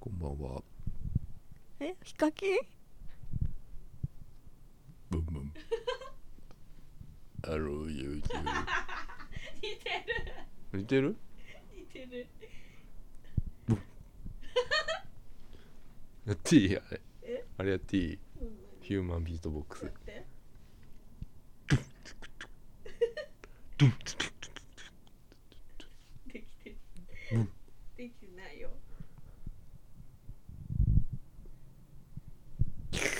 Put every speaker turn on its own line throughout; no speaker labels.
こんばんは。
えヒカキン
ブンブン。ハロー YouTube。
似てる
似てる
似てる
やっていいあれ
え。
あれやっていい
うん
ヒューマンビートボックス
だっ。て
ドゥン
できてる
うん
できてないよ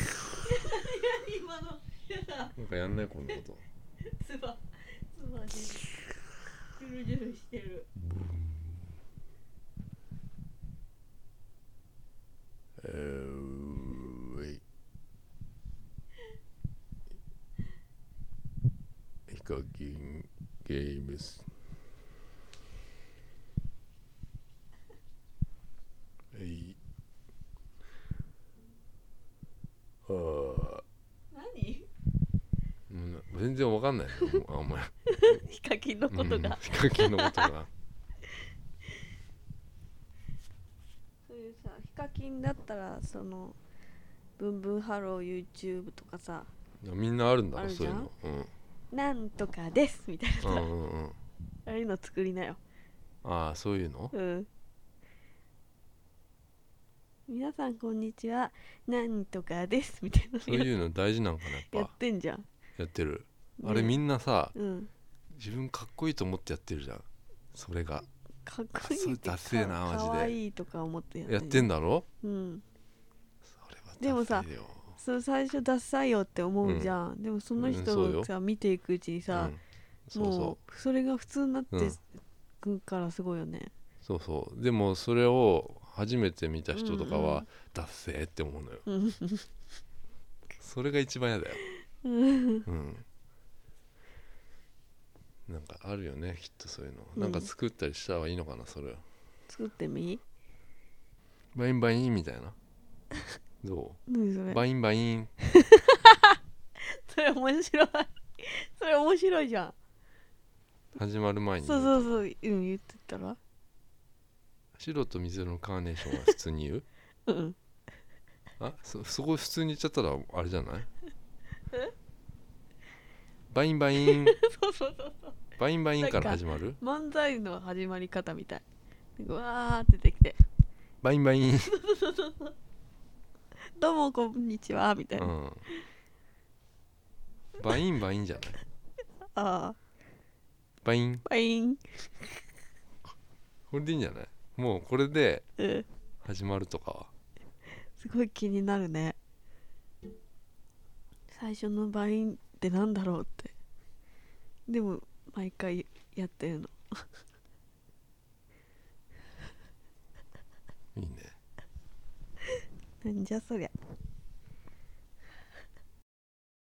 何今のやだ
なんかやんないこんなこと。
つばつばでジュルジュルしてる
ブン。えーいヒカキンゲームス。はい。ああ。
何
もうな全然わかんないねもうあんまり。
ヒカキンのこと
うん
が、
ヒカキンのことが。
そういうさヒカキンだったらその「ブンブンハロー YouTube」とかさ
みんなあるんだ
あ
な
る
そう
じ
い
ゃ
うんの。うん。
「なんとかです」みたいな
う
さ、
んうんうん。
ああいうの作りなよ
ああそういうの
うん皆さんこんにちはなんとかですみたいな
そういうの大事なんかな
や
や
っ
っぱ
てんじゃん、
やってる
ね
あれみんなさ
うん
自分かっこいいと思ってやってるじゃんそれが
かっこいいって
あ
か
そうダセえなマジで
かわいいとか思ってや
やってん
だ
だろ
うん
それは
でもさ
ダサいよ
そう最初ダサいよって思うじゃん、でもその人
うんそう
を
よ
さ、見ていくうちにさ、
うんそう
も
そう
それが普通になって
うん
くからすごいよね、
うそうそうでもそれを初めて見た人とか
うんう
は
ん
ダッセーって思うのよ
うん、
それが一番嫌だようんなんかあるよねきっとそういうの
うん
なんか作ったりした方がいいのかなそれは
作ってみ
バインバインみたい など
何そうれ
バインバイン
それ面白い それ面白いじゃん
始まる前に
そうそうそう、うん、言ってたら
白と水色のカーネーションは普通に 言う
うん
あそそこ普通に言っちゃったらあれじゃないバインバイン
そうそうそうそう
バインバインから
なん
始まる
漫才の始まり方みたいなんかわーって出てきて
バインバイン、
「どうもこんにちは」みたいうな、
ん、バインバインじゃない
ああ
バイン
パイン
これでいいんじゃないもうこれで
うん
始まるとかは
すごい気になるね最初のバインってなんだろうってでも毎回やってるの
いいね
なんじゃそりゃ